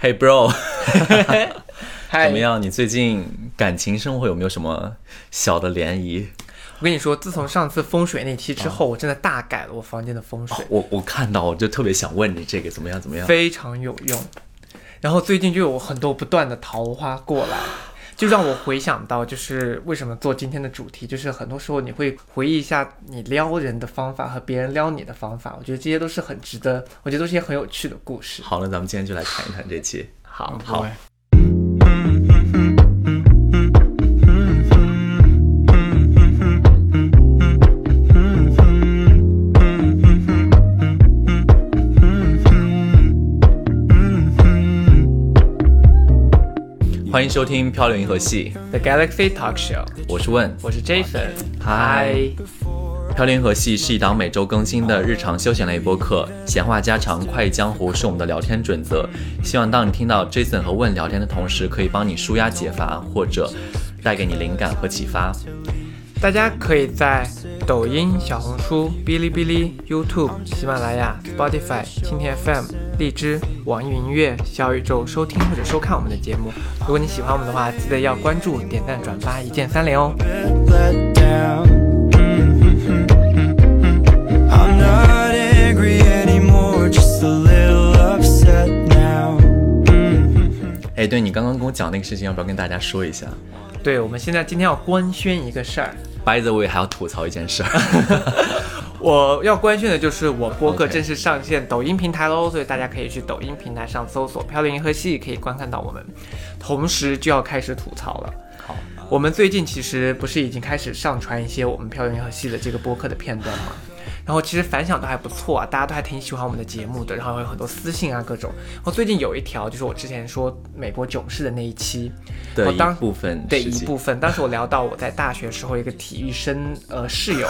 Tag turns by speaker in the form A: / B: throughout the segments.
A: Hey bro，
B: 嗨哎
A: 怎么？样？你最近感情生活有没有什么小的涟漪？
B: 我跟你说，自从上次风水那期之
A: 啊
B: 后，我真的大改了我房间的风水，
A: 我我看到，我就特别想问你这个怎么样？怎么样？
B: 哦非常有用。然后最近就有很多不断的桃花过 来，就让我回想到，就是为什么做今天的主题，就是很多时候你会回忆一下你撩人的方法和别人撩你的方法，我觉得这些都是很值得，我觉得都是一些很有趣的故事。
A: 好了，咱们今天就来谈一谈这期。好好，欢迎收听《漂流银河系》，
B: The Galaxy Talk Show，
A: 我是问。
B: 我是 Jason，
A: 嗨
B: 嗨，
A: 《漂流银河系》是一档每周更新的日常休闲类播客，闲话家常、快意江湖是我们的聊天准则。希望当你听到 Jason 和问聊天的同时，可以帮你舒压解乏，或者带给你灵感和启发。
B: 大家可以在抖音、小红书、哔哩哔哩、YouTube、喜马拉雅、Spotify、蜻蜓 FM、荔枝、网易云音乐、小宇宙收听或者收看我们的节目。如果你喜欢我们的话，记得要关注、点赞、转发，一键三连哦。
C: let down. I'm not angry anymore, just a little upset now.
A: 哎，对你刚刚跟我讲那个事情，要不要跟大家说一下
B: 对，我们现在今天要官宣一个事儿，
A: ？By the way，还要吐槽一件事儿，
B: 我要官宣的就是我播客
A: OK
B: 正式上线抖音平台喽，所以大家可以去抖音平台上搜索“漂流银河系”，可以观看到我们。同时就要开始吐槽了。
A: 好，
B: 我们最近其实不是已经开始上传一些我们《漂流银河系》的这个播客的片段吗？然后其实反响都还不错啊，大家都还挺喜欢我们的节目的，然后有很多私信啊各种。然后最近有一条就是我之前说美国囧事的那一期，
A: 的
B: 我
A: 一
B: 当
A: 部分
B: 对
A: 事
B: 一
A: 情
B: 部分。当时我聊到我在大学时候一个体育生呃室友，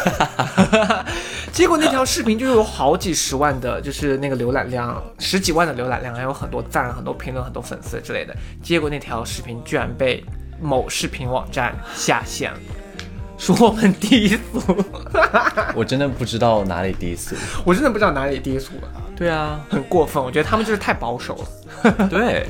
B: 结果那条视频就是有好几十万的，就是那个浏览量，十几万的浏览量，还有很多赞、很多评论、很多粉丝之类的。结果那条视频居然被某视频网站下线了。说我们低俗，
A: 我真的不知道哪里低俗。
B: 我真的不知道哪里低俗了，
A: 对啊，
B: 很过分。我觉得他们就是太保守了。
A: 对，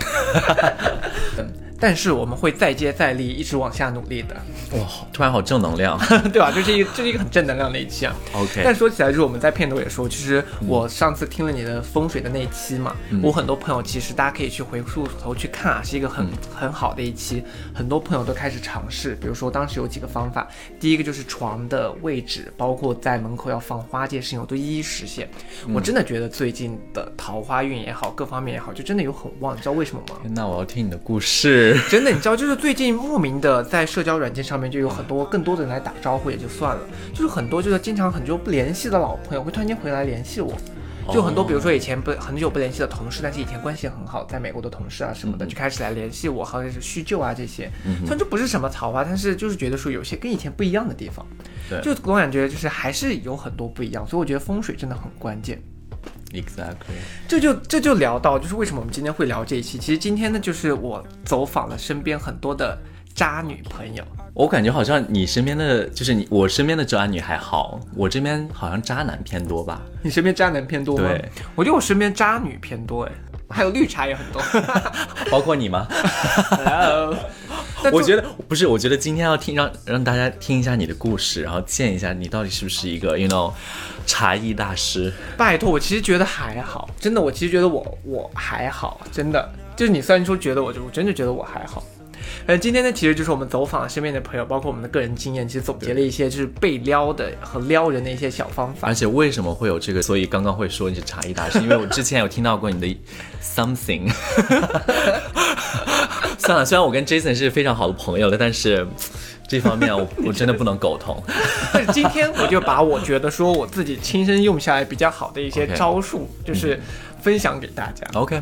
B: 但是我们会再接再厉，一直往下努力的，
A: 哇，突然好正能量。
B: 对吧？这是一个这是一个很正能量的一期啊。但
A: OK，
B: 说起来，就是我们在片头也说，其实我上次听了你的风水的那一期嘛，我很多朋友其实大家可以去回溯头去看啊，是一个很、很好的一期，很多朋友都开始尝试。比如说当时有几个方法，第一个就是床的位置，包括在门口要放花这些事情，我都一一实现。我真的觉得最近的桃花运也好，各方面也好，就真的有很旺，你知道为什么吗？
A: 那我要听你的故事。
B: 真的，你知道，就是最近莫名的在社交软件上面就有很多更多的人来打招呼，也就算了，就是很多就是经常很久不联系的老朋友会突然间回来联系我。就很多，比如说以前不很久不联系的同事，但是以前关系很好，在美国的同事啊什么的，就开始来联系我，好像是叙旧啊这些。虽然这不是什么桃花，但是就是觉得说有些跟以前不一样的地方，
A: 对
B: 就总感觉就是还是有很多不一样，所以我觉得风水真的很关键。
A: Exactly，
B: 这就这就聊到，就是为什么我们今天会聊这一期。其实今天呢，就是我走访了身边很多的渣女朋友，
A: 我感觉好像你身边的，就是你我身边的渣女还好，我这边好像渣男偏多 吧。
B: 你身边渣男偏多吗？
A: 对，
B: 我觉得我身边渣女偏多，哎，还有绿茶也很 多。
A: 包括你吗？ 我觉得不是，我觉得今天要听让让大家听一下你的故事，然后见一下你到底是不是一个 you know 茶艺大师。
B: 拜托，我其实觉得还好，真的，我其实觉得我我还好，真的，就是你虽然说觉得我，就我真的觉得我还好。呃，今天呢，其实就是我们走访了身边的朋友，包括我们的个人经验，其实总结了一些就是被撩的和撩人的一些小方法
A: 而。且为什么会有这个？所以刚刚会说你是茶艺大师，因为我之前有听到过你的 something。算了，虽然我跟 Jason 是非常好的朋友了，但是这方面我我真的不能苟同。
B: 但是今天我就把我觉得说我自己亲身用下来比较好的一些
A: OK
B: 招数，就是分享给大家。
A: OK，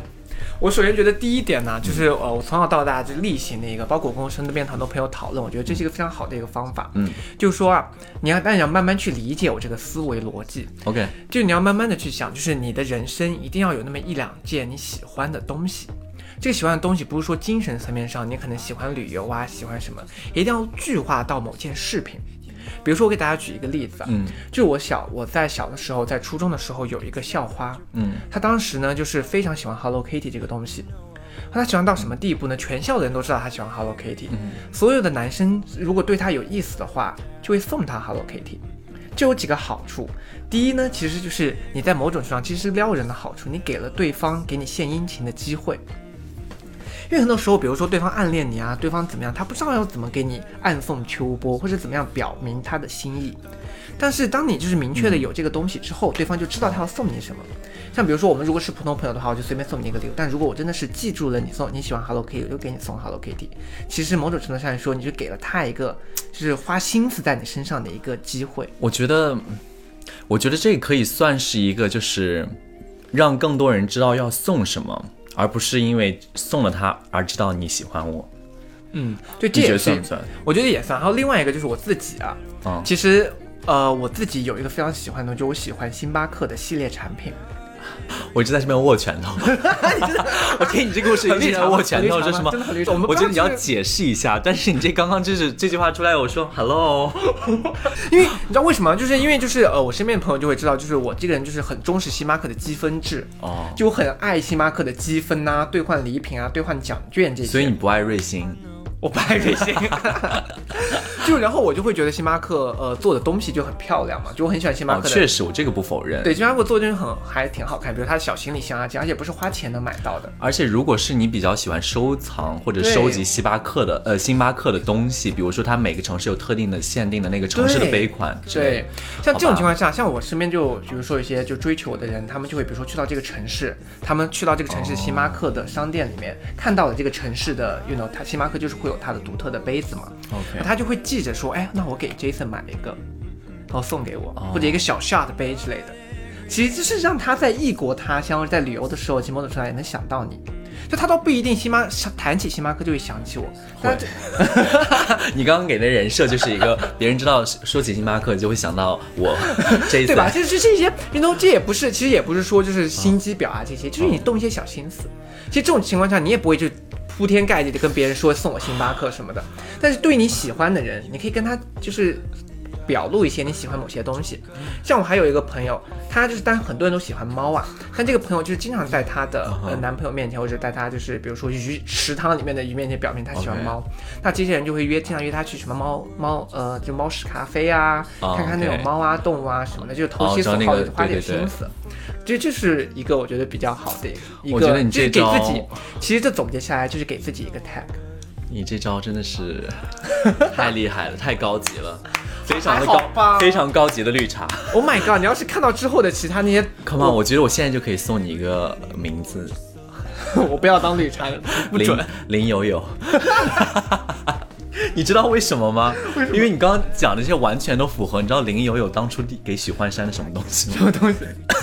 B: 我首先觉得第一点呢，就是
A: 嗯
B: 呃，我从小到大就例行的一个，包括我跟我身边很多朋友讨论，我觉得这是一个非常好的一个方法。
A: 嗯，
B: 就是说啊，你要但你要慢慢去理解我这个思维逻辑，
A: OK，
B: 就你要慢慢的去想，就是你的人生一定要有那么一两件你喜欢的东西。这个喜欢的东西不是说精神层面上，你可能喜欢旅游啊，喜欢什么，一定要具化到某件事品。比如说，我给大家举一个例子啊，
A: 嗯
B: 就我小我在小的时候，在初中的时候有一个校花，
A: 嗯
B: 她当时呢就是非常喜欢 Hello Kitty 这个东西，他喜欢到什么地步呢？全校的人都知道他喜欢 Hello Kitty，、所有的男生如果对他有意思的话，就会送他 Hello Kitty。这有几个好处，第一呢，其实就是你在某种程度上其实是撩人的好处，你给了对方给你献殷勤的机会。因为很多时候，比如说对方暗恋你啊，对方怎么样，他不知道要怎么给你暗送秋波，或者怎么样表明他的心意。但是当你就是明确
A: 嗯
B: 的有这个东西之后，对方就知道他要送你什么。像比如说我们如果是普通朋友的话，我就随便送你一个礼物。但如果我真的是记住了你送你喜欢 Hello Kitty，我就给你送 Hello Kitty。其实某种程度上来说，你就给了他一个就是花心思在你身上的一个机会。
A: 我觉得，我觉得这可以算是一个，就是让更多人知道要送什么，而不是因为送了它而知道你喜欢我。
B: 嗯，对，这
A: 你觉
B: 也
A: 得
B: 是
A: 算不算？
B: 我觉得也算。还有另外一个就是我自己啊，
A: 嗯
B: 其实呃，我自己有一个非常喜欢的，就是我喜欢星巴克的系列产品。
A: 我一直在这边握拳 头，我听你这 故事
B: 很
A: 一直
B: 绿
A: 在
B: 茶吗
A: 握拳头，
B: 很绿茶
A: 这
B: 吗
A: 什么
B: 真的很绿？茶
A: 我
B: 我们
A: 我觉得
B: 刚
A: 你要
B: 就是
A: 解释一下，但是你这刚刚就是这句话出来，我说 hello，
B: 因为你知道为什么？就是因为就是呃，我身边的朋友就会知道，就是我这个人就是很重视星巴克的积分制，
A: 哦，
B: 就我很爱星巴克的积分呐、兑换礼品啊、兑换奖券这些。
A: 所以你不爱瑞幸，
B: 我 不爱瑞幸， 就然后我就会觉得星巴克呃做的东西就很漂亮嘛，就我很喜欢星巴
A: 哦，
B: 克的。
A: 确实，我这个不否认。
B: 对，星巴克做的东西很还挺好看，比如它的小行李箱啊，这样而且不是花钱能买到的。
A: 而且，如果是你比较喜欢收藏或者
B: 对
A: 收集星巴克的呃星巴克的东西，比如说它每个城市有特定的限定的那个城市的
B: 对
A: 杯款之类
B: 对
A: 的，，
B: 像这
A: 好
B: 种
A: 吧
B: 情况下，像我身边就比如说一些就追求我的人，他们就会比如说去到这个城市，他们去到这个城市星
A: 哦
B: 巴克的商店里面，看到了这个城市的，you know，它星巴克就是会有它的独特的杯子嘛
A: 哦 OK
B: 他就会记着说，哎，那我给 Jason 买一个，然后送给我，
A: 哦
B: 或者一个小 shot 杯之类的。其实就是让他在异国他乡，在旅游的时候，其实某种程度上也能想到你，就他都不一定星巴谈起星巴克就会想起我，但
A: 会 你刚刚给的人设就是一个别人知道说起星巴克就会想到 我 Jason，
B: 对吧？其实这是一些运动，这也不是，其实也不是说就是心机婊啊这些，就是你动一些小心思。其实这种情况下，你也不会就铺天盖地的跟别人说送我星巴克什么的。但是对你喜欢的人，你可以跟他就是表露一些你喜欢某些东西。像我还有一个朋友，他就是，但很多人都喜欢猫啊，但这个朋友就是经常在她的呃男朋友面前，或者在她就是比如说鱼池塘里面的鱼面前表明他喜欢
A: OK
B: 猫。那这些人就会约，经常约他去什么猫猫呃，就猫屎咖啡啊，
A: 哦
B: 看看那种
A: OK
B: 猫啊、动物啊什么的，就是投
A: 哦
B: 其
A: 知
B: 所
A: 道
B: 好，
A: 那个
B: 花
A: 对对
B: 点
A: 对
B: 心思。这这是一个我觉得比较好的一个，
A: 我觉得你
B: 就是
A: 这
B: 给
A: 招
B: 自己，其实这总结下来就是给自己一个 tag，
A: 你这招真的是太厉害了，太高级了，非常的
B: 还好
A: 高，
B: 吧
A: 非常高级的绿茶。
B: Oh my god！你要是看到之后的其他那些，
A: Come on，我觉得我现在就可以送你一个名字，
B: 我不要当绿茶，不
A: 林
B: 准。
A: 林有有。你知道为什么吗？因为你刚刚讲的这些完全都符合。你知道林有有当初给许幻山的什么东西吗？什么 东西？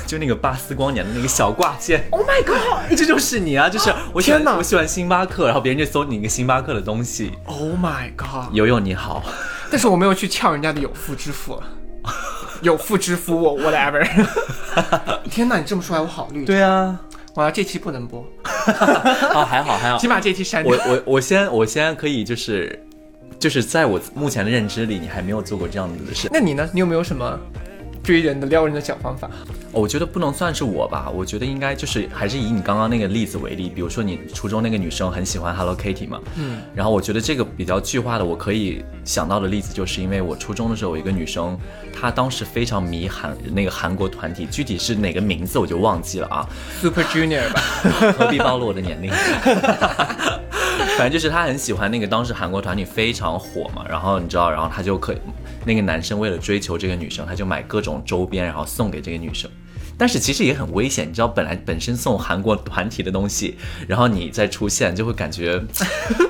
A: 就那个巴斯光年的那个小挂件。
B: Oh my god！
A: 这就是你啊！就是我喜
B: 天
A: 欢
B: 哪
A: 我喜欢星巴克，然后别人就搜你一个星巴克的东西。
B: Oh my god！
A: 友友你好，
B: 但是我没有去撬人家的有妇之夫，有妇之夫 我 whatever。天哪，你这么说来我好绿。，
A: 对啊，
B: 哇，这期不能播，
A: 啊还好还好，
B: 请把这期 删
A: 我
B: 掉。
A: 我我先我先可以就是，就是在我目前的认知里，你还没有做过这样子的事。
B: 那你呢？你有没有什么追人的撩人的小方法？
A: 哦我觉得不能算是我吧，我觉得应该就是还是以你刚刚那个例子为例，比如说你初中那个女生很喜欢 Hello Kitty 嘛，嗯，然后我觉得这个比较具化的，我可以想到的例子，就是因为我初中的时候有一个女生，她当时非常迷韩那个韩国团体，具体是哪个名字我就忘记了啊，
B: Super Junior 吧，
A: 何必暴露我的年龄？ 反正就是他很喜欢那个当时韩国团体非常火嘛，然后你知道，然后他就可以，那个男生为了追求这个女生，他就买各种周边，然后送给这个女生。但是其实也很危险，你知道，本来本身送韩国团体的东西，然后你再出现，就会感觉，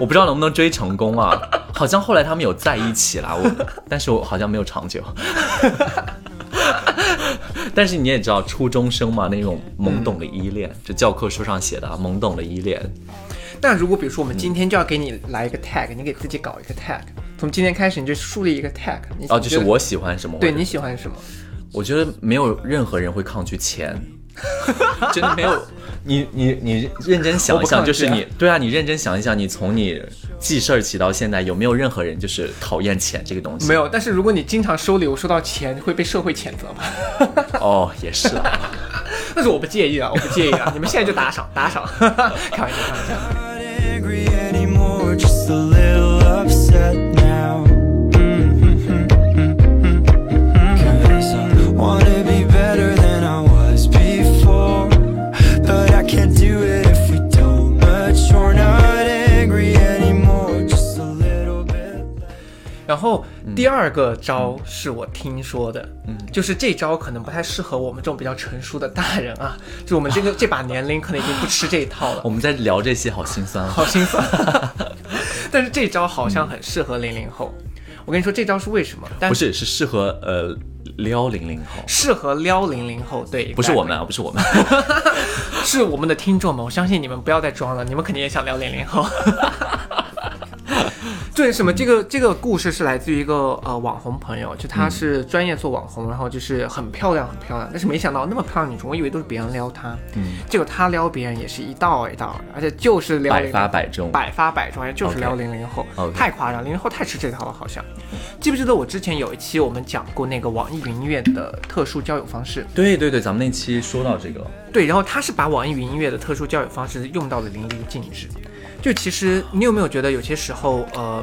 A: 我不知道能不能追成功啊。好像后来他们有在一起啦，我，但是我好像没有长久。 但是你也知道，初中生嘛，那种懵懂的依恋，这教科书上写的啊，懵懂的依恋。
B: 那如果比如说我们今天就要给你来一个 tag，你给自己搞一个 tag，从今天开始你就树立一个 tag，你
A: 哦，就是
B: 你觉得
A: 我喜欢什么？
B: 对你喜欢什么？
A: 我觉得没有任何人会抗拒 钱，真的没有。你你你认真想一想，
B: 我不抗拒啊
A: 就是你对啊，你认真想一想，你从你记事儿起到现在，有没有任何人就是讨厌钱这个东西？
B: 没有，但是 如果你经常收礼物收到钱，会被社会谴责吧？
A: 哦，也是啊。
B: 但是我不介意啊，我不介意啊， 你们现在就打赏打赏，开玩笑开玩笑。
C: Not angry anymore, just a little upset now. Cause I wanna be better than I was before. But I can't do it if we don't mature. Not angry anymore, just a little bit.
B: 然后
A: 嗯
B: 第二个招是我听说的，嗯，就是这招可能不太适合我们这种比较成熟的大人啊，就我们这 个这把年龄可能已经不吃这一套了
A: 我，们在聊这些，好心酸啊。
B: 好心酸。但是这招好像很适合零零后，我跟你说这招是为什么？ 但
A: 不是，是适合呃撩零零后，
B: 适合撩零零后，对，
A: 不是我们啊，不是我 们。
B: 是我们的听众们，我相信你们不要再装了，你们肯定也想聊零零后。 对，什么？这个这个故事是来自于一个呃网红朋友，就她是专业做网红，然后就是很漂亮，很漂亮，但是没想到那么漂亮女生，我以为都是别人撩她，嗯，结果她撩别人也是一道一道，而且就是撩
A: 百
B: 零
A: 发百中
B: 百发百中，而且就是撩
A: OK
B: 零零后
A: OK
B: 太夸张，零零后太吃这套了，好像。记不记得我之前有一期我们讲过那个网易云音乐的特殊交友方式？
A: 对对对，咱们那期说到这个了，
B: 对，然后他是把网易云音乐的特殊教育方式用到了淋漓尽致。就其实你有没有觉得有些时候，呃，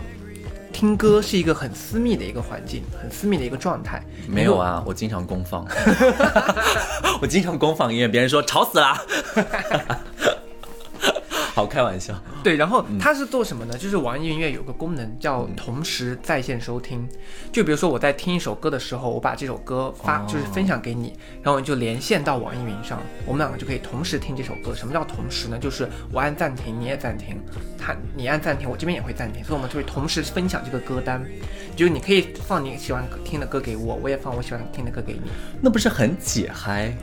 B: 听歌是一个很私密的一个环境，很私密的一个状态。
A: 没有啊，我经常公放， 我经常公放音乐，别人说吵死啦， 好开玩笑，
B: 对，然后
A: 嗯
B: 它是做什么呢？就是网易云音乐有个功能叫同时在线收听，就比如说我在听一首歌的时候，我把这首歌
A: 哦
B: 发、就是分享给你，然后你就连线到网易云上，我们两个就可以同时听这首歌。什么叫同时呢？就是我按暂停，你也暂停，他你按暂停，我这边也会暂停，所以我们就会同时分享这个歌单，就是你可以放你喜欢听的歌给我，我也放我喜欢听的歌给 你。
A: 那不是很解嗨？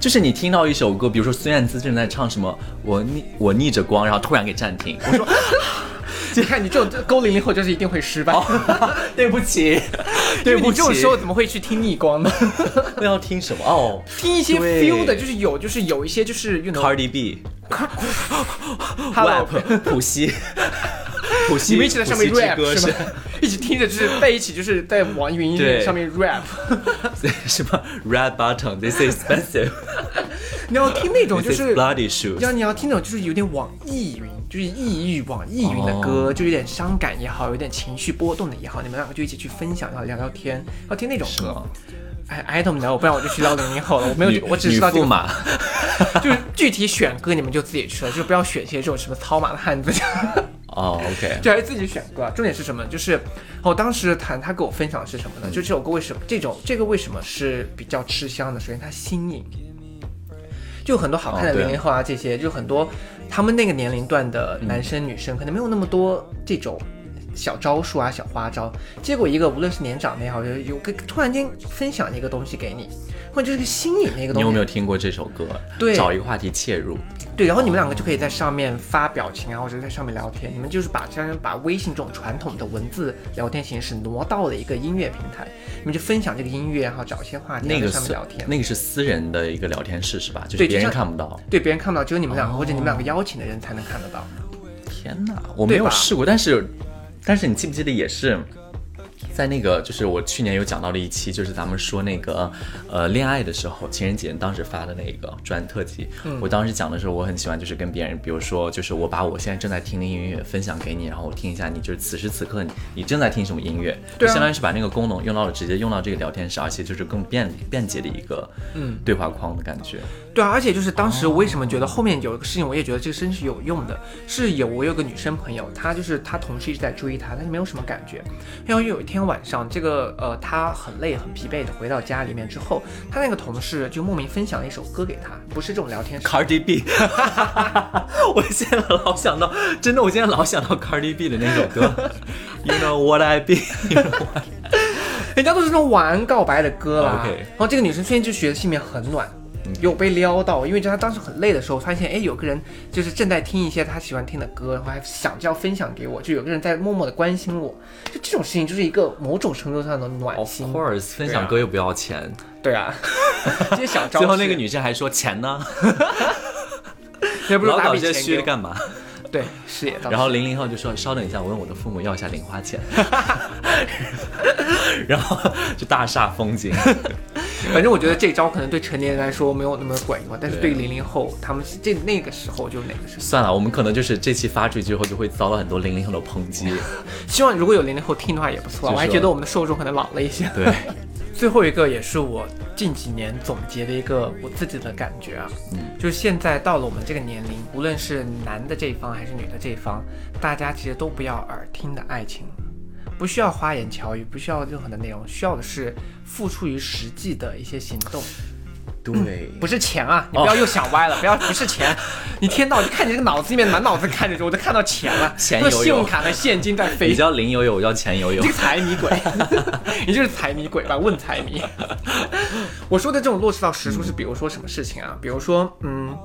A: 就是你听到一首歌，比如说孙燕姿正在唱什么，我逆我逆着光，然后突然给暂停， 我说
B: 你看你这种勾零零后就是一定会失败，
A: 对不起，哦对
B: 你
A: 不
B: 这种
A: 起
B: 时，候怎么会去听逆光呢？
A: 那要听什么哦
B: 听一些
A: 对
B: feel 的，就是有，就是有一些就是运动。
A: ？Cardi B、
B: Hello
A: WAP、普 希、普希，
B: 你们一起在上面
A: 普希之
B: rap
A: 歌
B: 是
A: 是
B: 吗？ 一起听着就是在一起，就是在网易云音乐
A: 对
B: 上面 rap。
A: 什么 Red Button This is expensive
B: 你要听那种
A: This
B: 就
A: is
B: 是，
A: bloody
B: 你
A: shoes
B: 要你要听那种就是有点网易云，就是抑郁网易云的
A: 哦
B: 歌，就有点伤感也好，有点情绪波动的也好，你们两个就一起去分享，然后聊聊天，要听那种
A: 是
B: 歌
A: 吗。
B: 哎，I don't know，不然我就去撩零零后了。我没有
A: 女，
B: 我只知道
A: 女
B: 这
A: 驸
B: 个
A: 马，
B: 就是具体选歌你们就自己去了，就不要选一些这种什么操马的汉子。
A: 哦，OK，
B: 就还是自己选歌。重点是什么？就是我当时弹，他给我分享的是什么
A: 嗯
B: 呢？就这首歌为什么这种这个为什么是比较吃香的？首先它新颖，就很多好看
A: 哦
B: 的
A: 对
B: 零零后啊，这些就很多他们那个年龄段的男生女生可能没有那么多这种。小招数啊，小花招，结果一个无论是年长的也好，就是有个突然间分享一个东西给你，或者就是个新颖的一个东
A: 你
B: 西，
A: 有没有听过这首歌？
B: 对
A: 找一个话题切入，
B: 对，然后你们两个就可以在上面发表情啊，或者在上面聊天。你们就是把相当于把微信这种传统的文字聊天形式挪到了一个音乐平台，你们就分享这个音乐，然后找一些话题
A: 那
B: 然后
A: 个
B: 在上面
A: 是
B: 聊天。
A: 那个是私人的一个聊天室是吧？就是
B: 对
A: 别人
B: 就像
A: 看不到。
B: 对别人看不到，只有你们两个、或者你们
A: 哦
B: 两个邀请的人才能看得到。
A: 天哪，我没有
B: 吧
A: 试过，但是但是你记不记得也是。在那个就是我去年有讲到的一期，就是咱们说那个呃恋爱的时候，情人节当时发的那个专特辑，
B: 嗯
A: 我当时讲的时候，我很喜欢就是跟别人，比如说就是我把我现在正在听的音乐分享给你，然后我听一下你就是此时此刻你你正在听什么音乐，就
B: 对啊
A: 相当于是把那个功能用到了直接用到这个聊天室，而且就是更便利便捷的一个嗯对话框的感觉。
B: 对啊，而且就是当时我为什么觉得后面有一个事情，我也觉得这个真是有用的，是有我有个女生朋友，她就是她同事一直在追她，但是没有什么感觉。然后有一天晚上，这个呃她很累很疲惫的回到家里面之后，她那个同事就莫名分享了一首歌给她，不是这种聊天室。
A: Cardi B，我现在老想到，真的，我现在老想到 Cardi B 的那首 歌，You know what I be，
B: 人家都是那种晚安告白的歌啦。
A: 啊 OK 嗯
B: 然后这个女生瞬间就觉得心里面很暖，有被撩到，因为就她当时很累的时候，发现哎有个人就是正在听一些她喜欢听的歌，然后还想着要分享给我，就有个人在默默的关心我，就这种事情就是一个某种程度上的暖
A: Of
B: 心。
A: course，分享歌又不要钱，
B: 对啊， 这些小招式。
A: 最后那个女生还说钱呢，
B: 也不是
A: 老
B: 打
A: 搞
B: 笔
A: 这
B: 钱
A: 些虚的
B: 给我，
A: 干嘛？
B: 对， 是也当时
A: 然后零零后就说稍等一下，我问我的父母要一下零 花钱，然后就大煞风景。
B: 反正我觉得这招可能对成年人来说没有那么管用，但是
A: 对
B: 对零零后，他们是这那个时候就哪个时候。
A: 算了，我们可能就是这期发出去之后，就会遭到很多零零后的抨击。
B: 希望如果有零零后听的话也不错，
A: 就是
B: 我还觉得我们的受众可能老了一些。
A: 对，
B: 最后一个也是我近几年总结的一个我自己的感觉啊，就是现在到了我们这个年龄，无论是男的这一方还是女的这一方，大家其实都不要耳听的爱情了。不需要花言巧语，不需要任何的内容，需要的是付出于实际的一些行动，
A: 对，
B: 不是钱啊！你不要又想歪了，不要不是钱， 你天到就看你这个脑子里面满脑子看着就我都看到 钱了，
A: 钱
B: 那
A: 游泳
B: 信用卡的现金在飞
A: 你叫林友友，我叫钱友友
B: 你这。个财 迷鬼，你就是财迷鬼吧？问财迷。 我说的这种落实到实处是，比如说什么事情啊？比如说，嗯。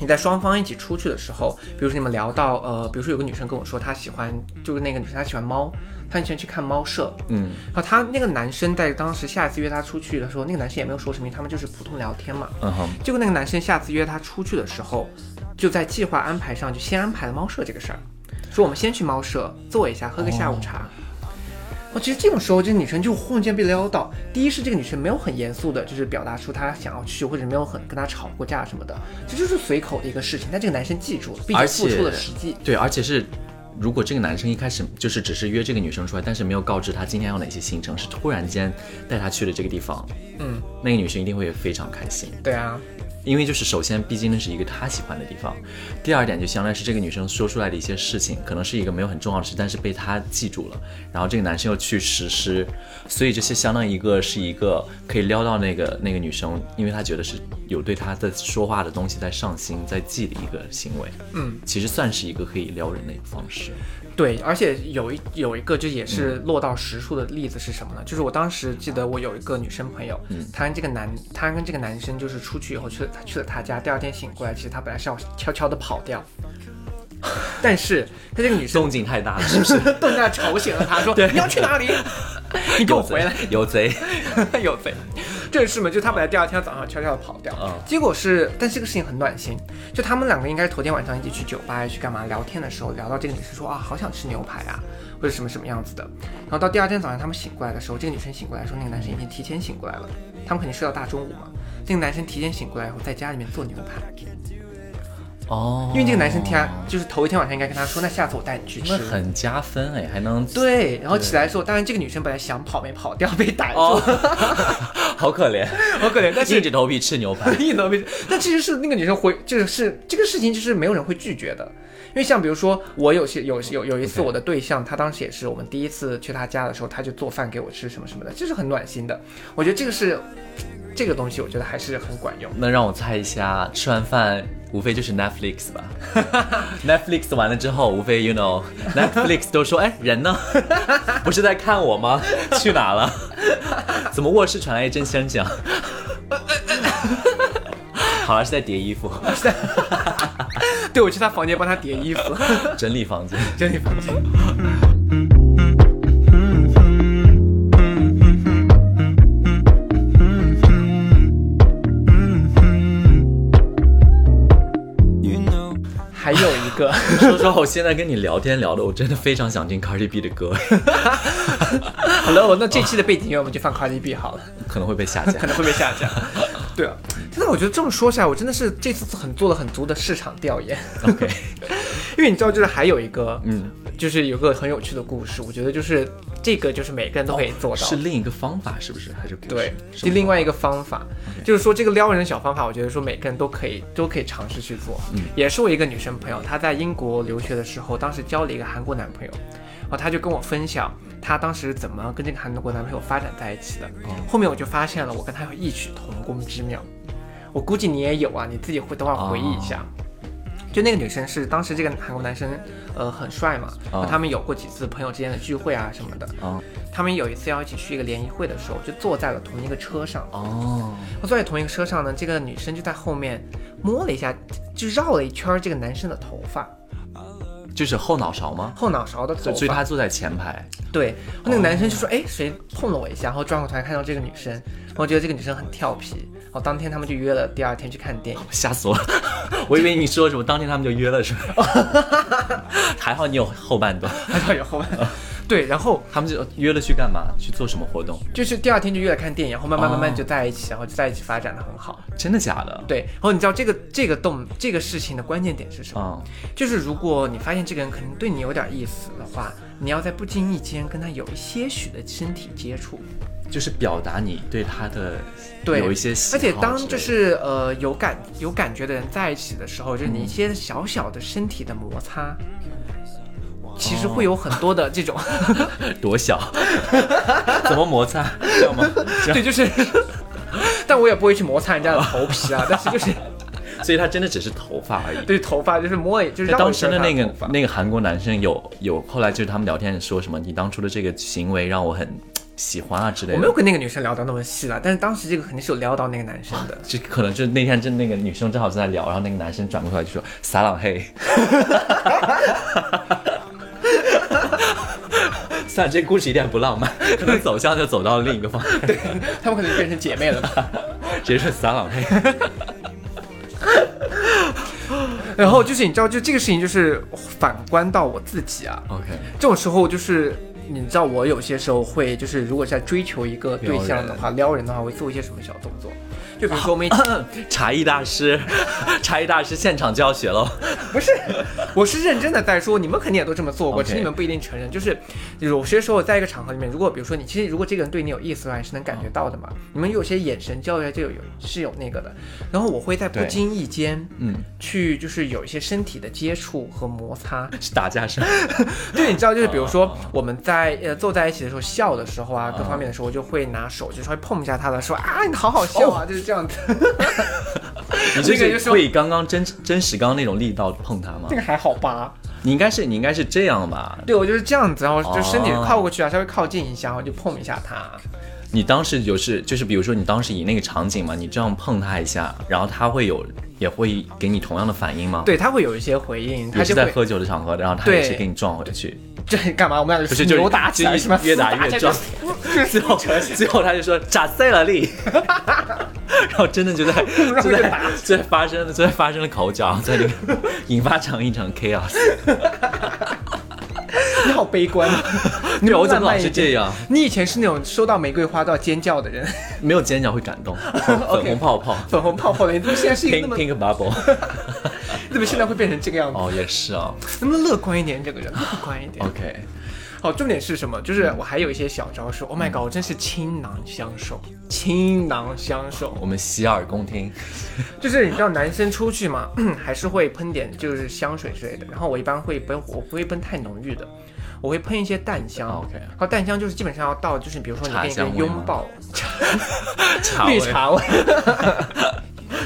B: 你在双方一起出去的时候，比如说你们聊到呃，比如说有个女生跟我说她喜欢，就是那个女生她喜欢猫，她很喜欢去看猫舍，
A: 嗯，
B: 然后她那个男生在当时下一次约她出去的时候，那个男生也没有说什么，他们就是普通聊天嘛，
A: 嗯哼，
B: 结果那个男生下次约她出去的时候，就在计划安排上就先安排了猫舍这个事儿，说我们先去猫舍坐一下，喝个下午茶。我觉得这种时候，这女生就忽然间被撩到。第一是这个女生没有很严肃的，就是表达出她想要去，或者没有很跟她吵过架什么的，这就是随口的一个事情。但这个男生记住了，并且
A: 而
B: 付
A: 且
B: 出了实际。
A: 对，而且是。如果这个男生一开始就是只是约这个女生出来，但是没有告知她今天有哪些行程，是突然间带她去了这个地方，
B: 嗯，
A: 那个女生一定会非常开心。
B: 对啊，
A: 因为就是首先，毕竟那是一个她喜欢的地方；第二点，就相当于是这个女生说出来的一些事情，可能是一个没有很重要的事，但是被她记住了，然后这个男生又去实施，所以这些相当于一个是一个可以撩到那个那个女生，因为她觉得是有对她的说话的东西在上心、在记的一个行为。
B: 嗯，
A: 其实算是一个可以撩人的方式。
B: 对，而且有一有一个就也是落到实处的例子是什么呢？就是我当时记得我有一个女生朋友，她跟这个男，她跟这个男生就是出去以后去了她去了他家，第二天醒过来，其实她本来是要悄悄的跑掉， 但是她这个女生
A: 动静太大了，是不是？
B: 顿下吵醒了她，说你要去哪里？你给我
A: 有
B: 回
A: 贼
B: 来！，
A: 有贼！
B: 有贼。这是嘛，就他本来第二天早上悄悄的跑掉，
A: 嗯
B: 结果是，但这个事情很暖心。就他们两个应该是头天晚上一起去酒吧去干嘛聊天的时候，聊到这个女生说啊，好想吃牛排啊，或者什么什么样子的。然后到第二天早上他们醒过来的时候，这个女生醒过来说，那个男生已经提前醒过来了，他们肯定睡到大中午嘛。那个男生提前醒过来以后，在家里面做牛排，
A: 哦，
B: 因为这个男生天就是头一天晚上应该跟她说，那下次我带你去吃
A: 那。很加分哎，还能
B: 对，然后起来的时候，当然这个女生本来想跑没跑掉，被逮住了。
A: 哦，好可怜，
B: 好可怜但是。
A: 硬着头皮吃牛排
B: 一能被，但其实是那个女生回，就是是这个事情，就是没有人会拒绝的，因为像比如说我有些有有有一次
A: OK
B: 我的对象，他当时也是我们第一次去他家的时候，他就做饭给我吃什么什么的，这是很暖心的。我觉得这个是这个东西，我觉得还是很管用。
A: 那让我猜一下，吃完饭无非就是 Netflix 吧 ？Netflix 完了之后，无非 you know，Netflix 都说哎人呢？ 不是在看我吗？去哪了？ 怎么卧室传来一阵声响？ 好了，是在叠衣服，
B: 对，我去他房间帮他叠 衣服，
A: 整理房间。
B: 整理房间。
C: You know
B: 还有一个，
A: 说实话，我现在跟你聊天聊的，我真的非常想听 Cardi B 的歌，
B: 好了，那这期的背景音乐我们就放 Cardi B 好了。
A: 可能会被下架
B: 可。能会被下架。对啊，真的，我觉得这么说下来，我真的是这次很做了很足的市场调研。
A: OK
B: 因为你知道，就是还有一个，
A: 嗯，
B: 就是有个很有趣的故事，我觉得就是这个就是每个人都可以做到。
A: 是另一个方法，是不是？还是故事
B: 对，
A: 什
B: 就
A: 么
B: 另外一
A: 方
B: 个方法，就是说这个撩人的小方法，我觉得说每个人都可以都可以尝试去做。
A: 嗯
B: 也是我一个女生朋友，她在英国留学的时候，当时交了一个韩国男朋友，然后她就跟我分享她当时怎么跟这个韩国男朋友发展在一起的。
A: 哦
B: 后面我就发现了，我跟他有异曲同工之妙。我估计你也有啊，你自己会等会儿回忆一下。
A: 哦
B: 就那个女生是当时这个韩国男生，呃，很帅嘛，
A: 哦
B: 和他们有过几次朋友之间的聚会啊什么的。
A: 哦
B: 他们有一次要一起去一个联谊会的时候，就坐在了同一个车上。
A: 哦，
B: 坐在同一个车上呢，这个女生就在后面摸了一下，就绕了一圈这个男生的头发，
A: 就是后脑勺吗？
B: 后脑勺的头
A: 所以所以
B: 发。
A: 他坐在前排，
B: 对，那个男生就说：“哎，谁碰了我一下？”然后转过头来看到这个女生，然后觉得这个女生很调皮。然后当天他们就约了第二天去看电影。
A: 吓死我了！ 我以为你 说什么，当天他们就约了是吧？还好你有后半段。
B: 还有后面。对，然后
A: 他们就约了去干嘛？去做什么活动？
B: 就是第二天就约了看电影，然后慢慢慢慢
A: 哦
B: 就在一起，然后就在一起发展的很好。
A: 真的假的？
B: 对，然后你知道这个这个动这个事情的关键点是什么？
A: 嗯，
B: 就是如果你发现这个人可能对你有点意思的话，你要在不经意间跟他有一些许的身体接触。
A: 就是表达你对他的
B: 对，
A: 有一些喜好
B: 而且当
A: 之类的
B: 就是呃有感有感觉的人在一起的时候，就是你一些小小的身体的摩擦，
A: 哦
B: 其实会有很多的 这种，
A: 多小， 怎么摩擦？这样吗？这样
B: 对，就是， 但我也不会去摩擦人家的头皮啊，但是 就是
A: 所以他真的只是头发而已。
B: 对头发就是摸了，就是
A: 那哎
B: 让我
A: 当时的那
B: 觉得他头
A: 个
B: 发
A: 那个韩国男生有有，后来就是他们聊天说什么，你当初的这个行为让我很喜欢啊之类
B: 我没有
A: 的。。
B: 跟那个女生聊到那么细了，但是当时这个肯定是有撩到那个男生的
A: 这可能就是那天正那个女生正好正在聊，然后那个男生转过头来就说“撒朗嘿”， 算了，这故事一点也不浪漫，可能走向就走到另一个方向，
B: 他们可能就变成姐妹了吧。
A: 直接说“撒朗嘿
B: 然后就是你知道，就这个事情就是反观到我自己啊，
A: ”，OK，
B: 这种时候就是你知道，我有些时候会就是如果在追求一个对 象的话，撩人的话，我会做一些什么小动作。就比如说我们一起
A: 茶艺大师，茶艺大师现场教学喽。
B: 不是，我是认真的在说，你们肯定也都这么做过，
A: OK
B: 只是你们不一定承认。就是有些时候在一个场合里面，如果比如说你其实如果这个人对你有意思的话，你是能感觉到的嘛。你们有些眼神交流就有是有那个的。然后我会在不
A: 对
B: 经意间，
A: 嗯，
B: 去就是有一些身体的接触和摩擦。
A: 是打架 声。
B: 对，你知道，就是比如
A: 哦
B: 说我们在呃坐在一起的时候笑的时候啊，各方面的时候，我就会拿手就稍微碰一下他的，说啊，你好好笑 啊，就是这样子。
A: 你这
B: 那个就
A: 个
B: 说
A: 会以刚刚真真实刚刚那种力道碰他吗
B: 这？个还好吧？
A: 你应该是你应该是这样吧？
B: 对，我就是这样子，然后就身体
A: 哦
B: 靠过去啊，稍微靠近一下，然后就碰一下他。
A: 你当时就是就是比如说你当时以那个场景嘛，你这样碰他一下，然后他会有也会给你同样的反应吗？，
B: 对他会有一些回应，他
A: 也是
B: 就
A: 在
B: 会
A: 喝酒的场合，然后他也
B: 对
A: 是给你撞回去，
B: 这干嘛？我们俩
A: 不
B: 就是
A: 就是
B: 扭打起来
A: 就是
B: 吗？
A: 越打越
B: 起来就
A: 壮，最后最后他就说炸碎了力。 然后真的就在就
B: 越
A: 在就在发生了就在发生了口角，在这个引发场一场 chaos。
B: 你好悲观。啊 你
A: 对，
B: 能
A: 我怎么
B: 慢慢
A: 老是
B: 一点
A: 这样？
B: 你以前是那种收到玫瑰花都要尖叫的人，
A: 没有尖角会感动，粉
B: OK
A: 红泡 泡
B: 粉红泡泡的人，你怎么现在是一个那
A: ，pink
B: 么
A: pink bubble。
B: 怎么现在会变成这个样子？
A: 哦，也是啊。
B: 能不能乐观一点？这个人乐观一点。
A: OK，
B: 好，哦重点是什么？就是
A: 嗯
B: 我还有一些小招数。Oh my god，我真是倾囊相授，倾囊相授。
A: 我们洗耳恭听。
B: 就是你知道男生出去嘛， 还是会喷点就是香水之类的。然后我一般会喷，我不会喷太浓郁的，我会喷一些淡香。
A: 哦 OK
B: 然后淡香就是基本上要到，就是比如说你
A: 茶
B: 跟一个
A: 香
B: 人
A: 味
B: 拥
A: 吗
B: 抱，
A: 茶味、
B: 绿茶味，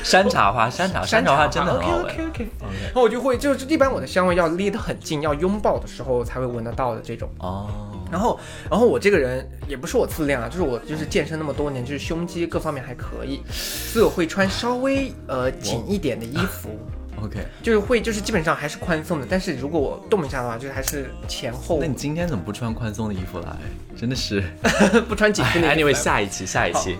A: 山茶花、山茶、 山茶花真的很好
B: OK
A: 闻。
B: OK OK。然后我就会就是一般我的香味要离得很近，要拥抱的时候才会闻得到的这种。
A: 哦，
B: 然后，然后我这个人也不是我自恋啊，就是我就是健身那么多年，就是胸肌各方面还可以，所以我会穿稍微呃紧一点的衣服，
A: OK，
B: 就是会就是基本上还是宽松的，但是如果我动一下的话，就是还是前后
A: 那你今天怎么不穿宽松的衣服来？真的是。
B: 不穿紧身的衣服。
A: Anyway，下一期，下一期。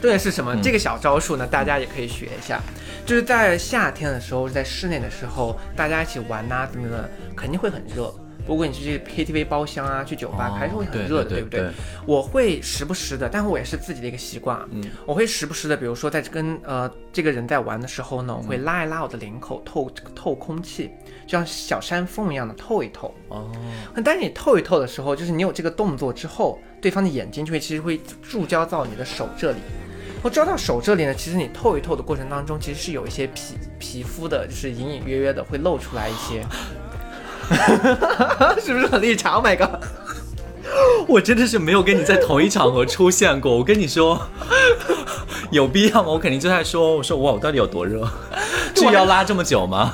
B: 重点是什
A: 嗯
B: 么？这个小招数呢，大家也可以学一下，就是在夏天的时候，在室内的时候，大家一起玩呐、怎么的，肯定会很热。如果你去 KTV 包厢啊，去酒吧，
A: 哦
B: 还是会很热的，
A: 对对
B: 不
A: 对
B: 对？我会时不时的，但是我也是自己的一个习惯，嗯，我会时不时的，比如说在跟呃这个人在玩的时候呢，我会拉一拉我的领口，透透空气，就像小山风一样的透一透。
A: 哦，
B: 但是你透一透的时候，就是你有这个动作之后，对方的眼睛就会其实会注焦到你的手这里。我照到手这里呢，其实你透一透的过程当中，其实是有一些皮皮肤的，就是隐隐约约的会露出来一些， 是不是很绿茶？Oh my god！
A: 我真的是没有跟你在同一场合出现过。我跟你说， 有必要吗？我肯定就在说，我说哇，我到底有多 热？至于要拉这么久吗？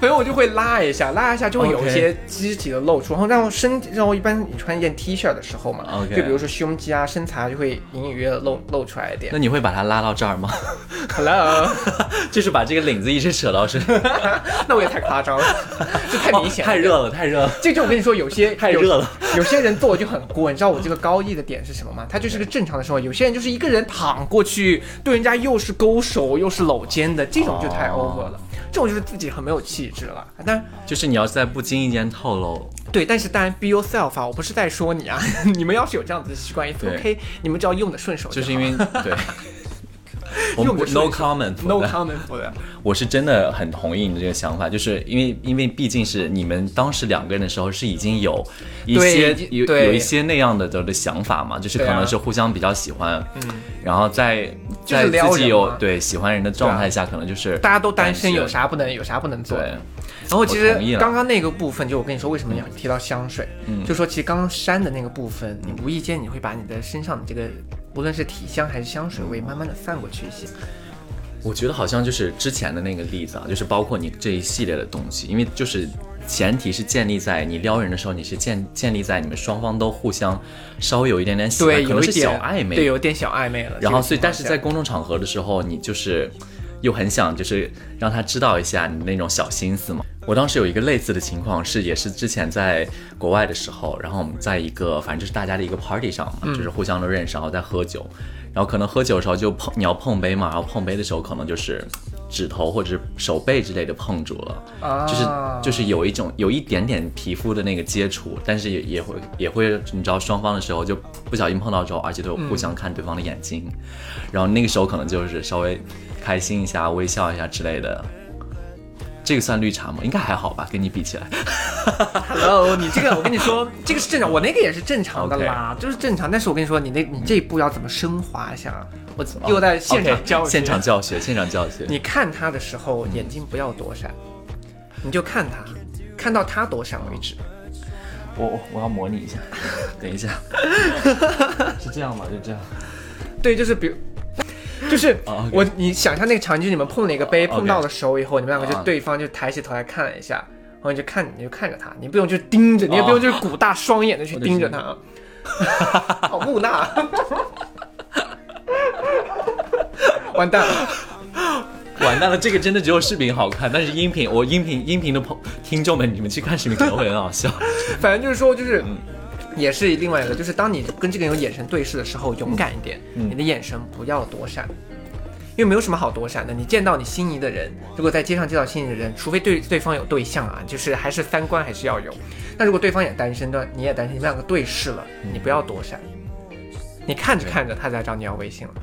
B: 反正我就会拉一下，拉一下就会有
A: OK
B: 一些肢体的露出，然后让身，然后一般你穿一件 T 恤的时候嘛
A: OK
B: 就比如说胸肌啊、身材啊就会隐隐约约地露露出来 一点
A: 那。你会把它拉到这儿吗？ 啊
B: Hello，
A: 就是把这个领子一直扯到身，
B: 那我也太夸张 了，这太明显了，
A: 哦太热了，太热了。
B: 这就我跟你说，有些
A: 太热了
B: 有，有些人做就很过。你知道我这个高一的点是什么吗？他就是个正常的生活。有些人就是一个人躺过去，对人家又是勾手又是搂肩的，这种就太
A: 哦
B: over 了。这种就是自己很没有气质了。但
A: 就是你要是在不经意间透露，
B: 对，但是当然 be yourself 啊，我不是在说你啊， 你们要是有这样子的习惯，it's
A: 对
B: OK，你们只要用的顺手好，
A: 就是因为对，我
B: 因为
A: 们
B: 我
A: 不
B: 们
A: no
B: 说
A: comment for
B: no
A: that
B: comment for that。
A: 我是真的很同意你的这个想法，就是因为因为毕竟是你们当时两个人的时候是已经有一些
B: 对已经
A: 有
B: 对
A: 有一些那样的的的想法嘛，就是可
B: 对啊嗯
A: 能是互相比较喜欢，然后在
B: 就
A: 在
B: 是撩
A: 自己
B: 人
A: 有
B: 嘛啊
A: 对喜欢人的状态下，可能就是
B: 大家都单身，
A: 感觉
B: 有啥不能有啥不能做？
A: 对。
B: 然后其实
A: 我同意了
B: 刚刚那个部分，就我跟你说为什么要提到香水，就说其实刚刚删的那个部分，你无意间你会把你的身上的这个无论是体香还是香水味，慢慢的散过去一些。
A: 我觉得好像就是之前的那个例子啊，就是包括你这一系列的东西，因为就是前提是建立在你撩人的时候，你是建建立在你们双方都互相稍微有一点点喜欢，
B: 对，
A: 可能
B: 有一
A: 是
B: 点
A: 小暧昧，
B: 对，有点小暧昧了。
A: 然后
B: 这个
A: 所以但是
B: 情
A: 在
B: 况
A: 公
B: 下
A: 众场合的时候，你就是又很想就是让他知道一下你那种小心思嘛。我当时有一个类似的情况是，也是之前在国外的时候，然后我们在一个反正就是大家的一个 party 上嘛，
B: 嗯
A: 就是互相都认识，然后在喝酒，然后可能喝酒的时候就碰你要碰杯嘛，然后碰杯的时候可能就是指头或者是手背之类的碰住了，
B: 啊
A: 就是就是有一种有一点点皮肤的那个接触，但是也也会也会，你知道双方的时候就不小心碰到之后，而且都有互相看对方的眼睛，然后那个时候可能就是稍微开心一下、微笑一下之类的。这个算绿茶吗？应该还好吧，跟你比起 来。
B: Hello，你这个我跟你说，这个是正常，我那个也是正常的啦，就是正常。但是我跟你说，你那你这一步要怎么升华一下啊？我又在现场
A: 哦 OK，
B: 教学
A: 现场教学，现场教学。
B: 你看他的时候，眼睛不要躲闪，你就看他，看到他躲闪为止。
A: 我我我要模拟一下， 等一下，是这样吗？就这样。
B: 对，就是比如。就是
A: 哦，OK
B: 我，你想象那个场景，就是你们碰了一个杯，
A: 哦，OK
B: 碰到了手以后，你们两个
A: 啊
B: 就对方就抬起头来看了一下，然后你就看，你就看着他，你不用就盯着，你也
A: 哦
B: 不用就是鼓大双眼的去盯着他，啊好木讷， 完蛋了，
A: 完蛋了，这个真的只有视频好看，但是音频，我音频音频的朋听众们，你们去看视频可能会很好笑。
B: 反正就是说，就是，也是另外一个，就是当你跟这个人有眼神对视的时候，勇敢一点，你的眼神不要躲闪，因为没有什么好躲闪的。你见到你心仪的人，如果在街上见到心仪的人，除非对对方有对象啊，就是还是三观还是要有。那如果对方也单身的，你也单身，你们两个对视了，你不要躲闪，你看着看着他在找你要微信了。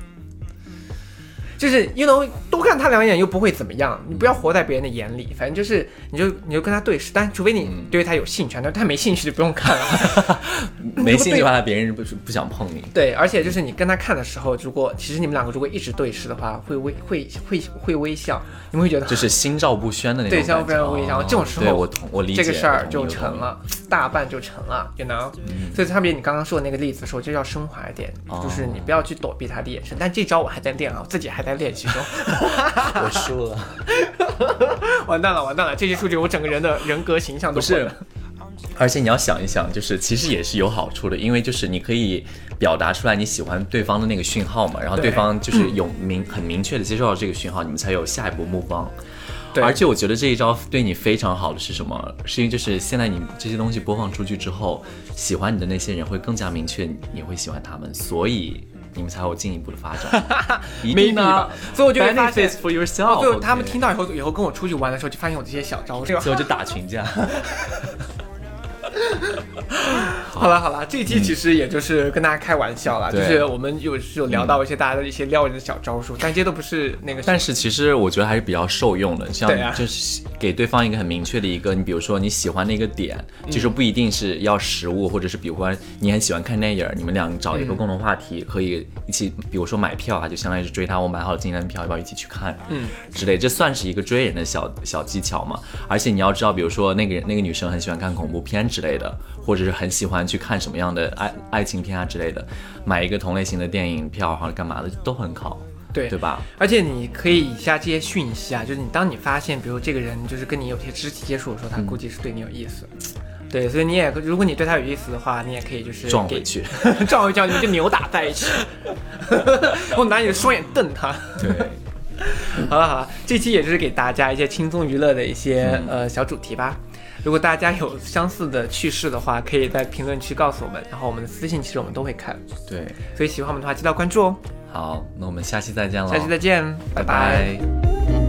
B: 就是，you know，多看他两眼又不会怎么样，你
A: 嗯
B: 不要活在别人的眼里，反正就是，你就你就跟他对视，但除非你
A: 嗯
B: 对他有兴趣啊，但他没兴趣就不用看了。
A: 嗯没兴趣的话，别人不是不想碰你。
B: 对，而且就是你跟他看的时候，如果其实你们两个如果一直对视的话，会微会会会微笑，你们会觉得
A: 就是心照不宣的那种
B: 对
A: 感觉。
B: 像非常微笑。
A: 哦
B: 这种时候，
A: 对我同我理解
B: 这个事儿
A: 我同
B: 就
A: 意嗯
B: 成。了，大半就成了，you know、所以特别你刚刚说的那个例子的时候，就要升华一点，
A: 哦
B: 就是你不要去躲避他的眼神。但这招我还在练啊，我自己还在练习中。
A: 我同意我输了，
B: 完蛋了，完蛋了，这些数据我整个人的人格形象都
A: 不
B: 毁
A: 是
B: 了。。
A: 而且你要想一想，就是其实也是有好处的，因为就是你可以表达出来你喜欢对方的那个讯号嘛，然后对
B: 对
A: 方就是有明很明确的接受到这个讯号，你们才有下一步 move on。
B: 对
A: 而且我觉得这一招对你非常好的是什么？是因为就是现在你这些东西播放出去之后，喜欢你的那些人会更加明确你会喜欢他们，所以你们才有进一步的发 展。一定
B: Maybe
A: 呢
B: 吧，所以我就会发现
A: benefits for yourself，
B: 最后他们
A: OK
B: 听到以后，以后跟我出去玩的时候，就发现我这些小招。这个
A: 所以我就打群架。
B: 好了好了，这一期其实也就是跟大家开玩笑啦，
A: 对
B: 就是我们有有聊到一些大家的一些撩人的小招数，但这些都不是那个。
A: 但是其实我觉得还是比较受用的，像
B: 对啊
A: 就是给对方一个很明确的一个，你比如说你喜欢的一个点，就是不一定是要食物，或者是比如说你很喜欢看电影，你们俩找一个共同话题，可以一起，比如说买票啊，就相当于是追他，我买好了今天的票，要不要一起去看？嗯，之类，这算是一个追人的小小技巧嘛。而且你要知道，比如说那个人那个女生很喜欢看恐怖片之类的，或者是很喜欢去看什么样的爱爱情片啊之类的，买一个同类型的电影票或者干嘛的都很好，
B: 对
A: 对吧？
B: 而且你可以以下这些讯息啊，就是你当你发现，比如这个人就是跟你有些肢体接触的时候，他估计是对你有意思。对，所以你也，如果你对他有意思的话，你也可以就是
A: 撞
B: 给
A: 回去。
B: 撞一撞，你们就扭打 在一起。我拿你的双眼瞪他。
A: 对。
B: 好了好了，这期也就是给大家一些轻松娱乐的一些、
A: 嗯
B: 呃小主题吧。如果大家有相似的趣事的话，可以在评论区告诉我们，然后我们的私信其实我们都会看，
A: 对，
B: 所以喜欢我们的话记得要关注哦。
A: 好，那我们下期再见了，
B: 下期再见，拜拜
A: 拜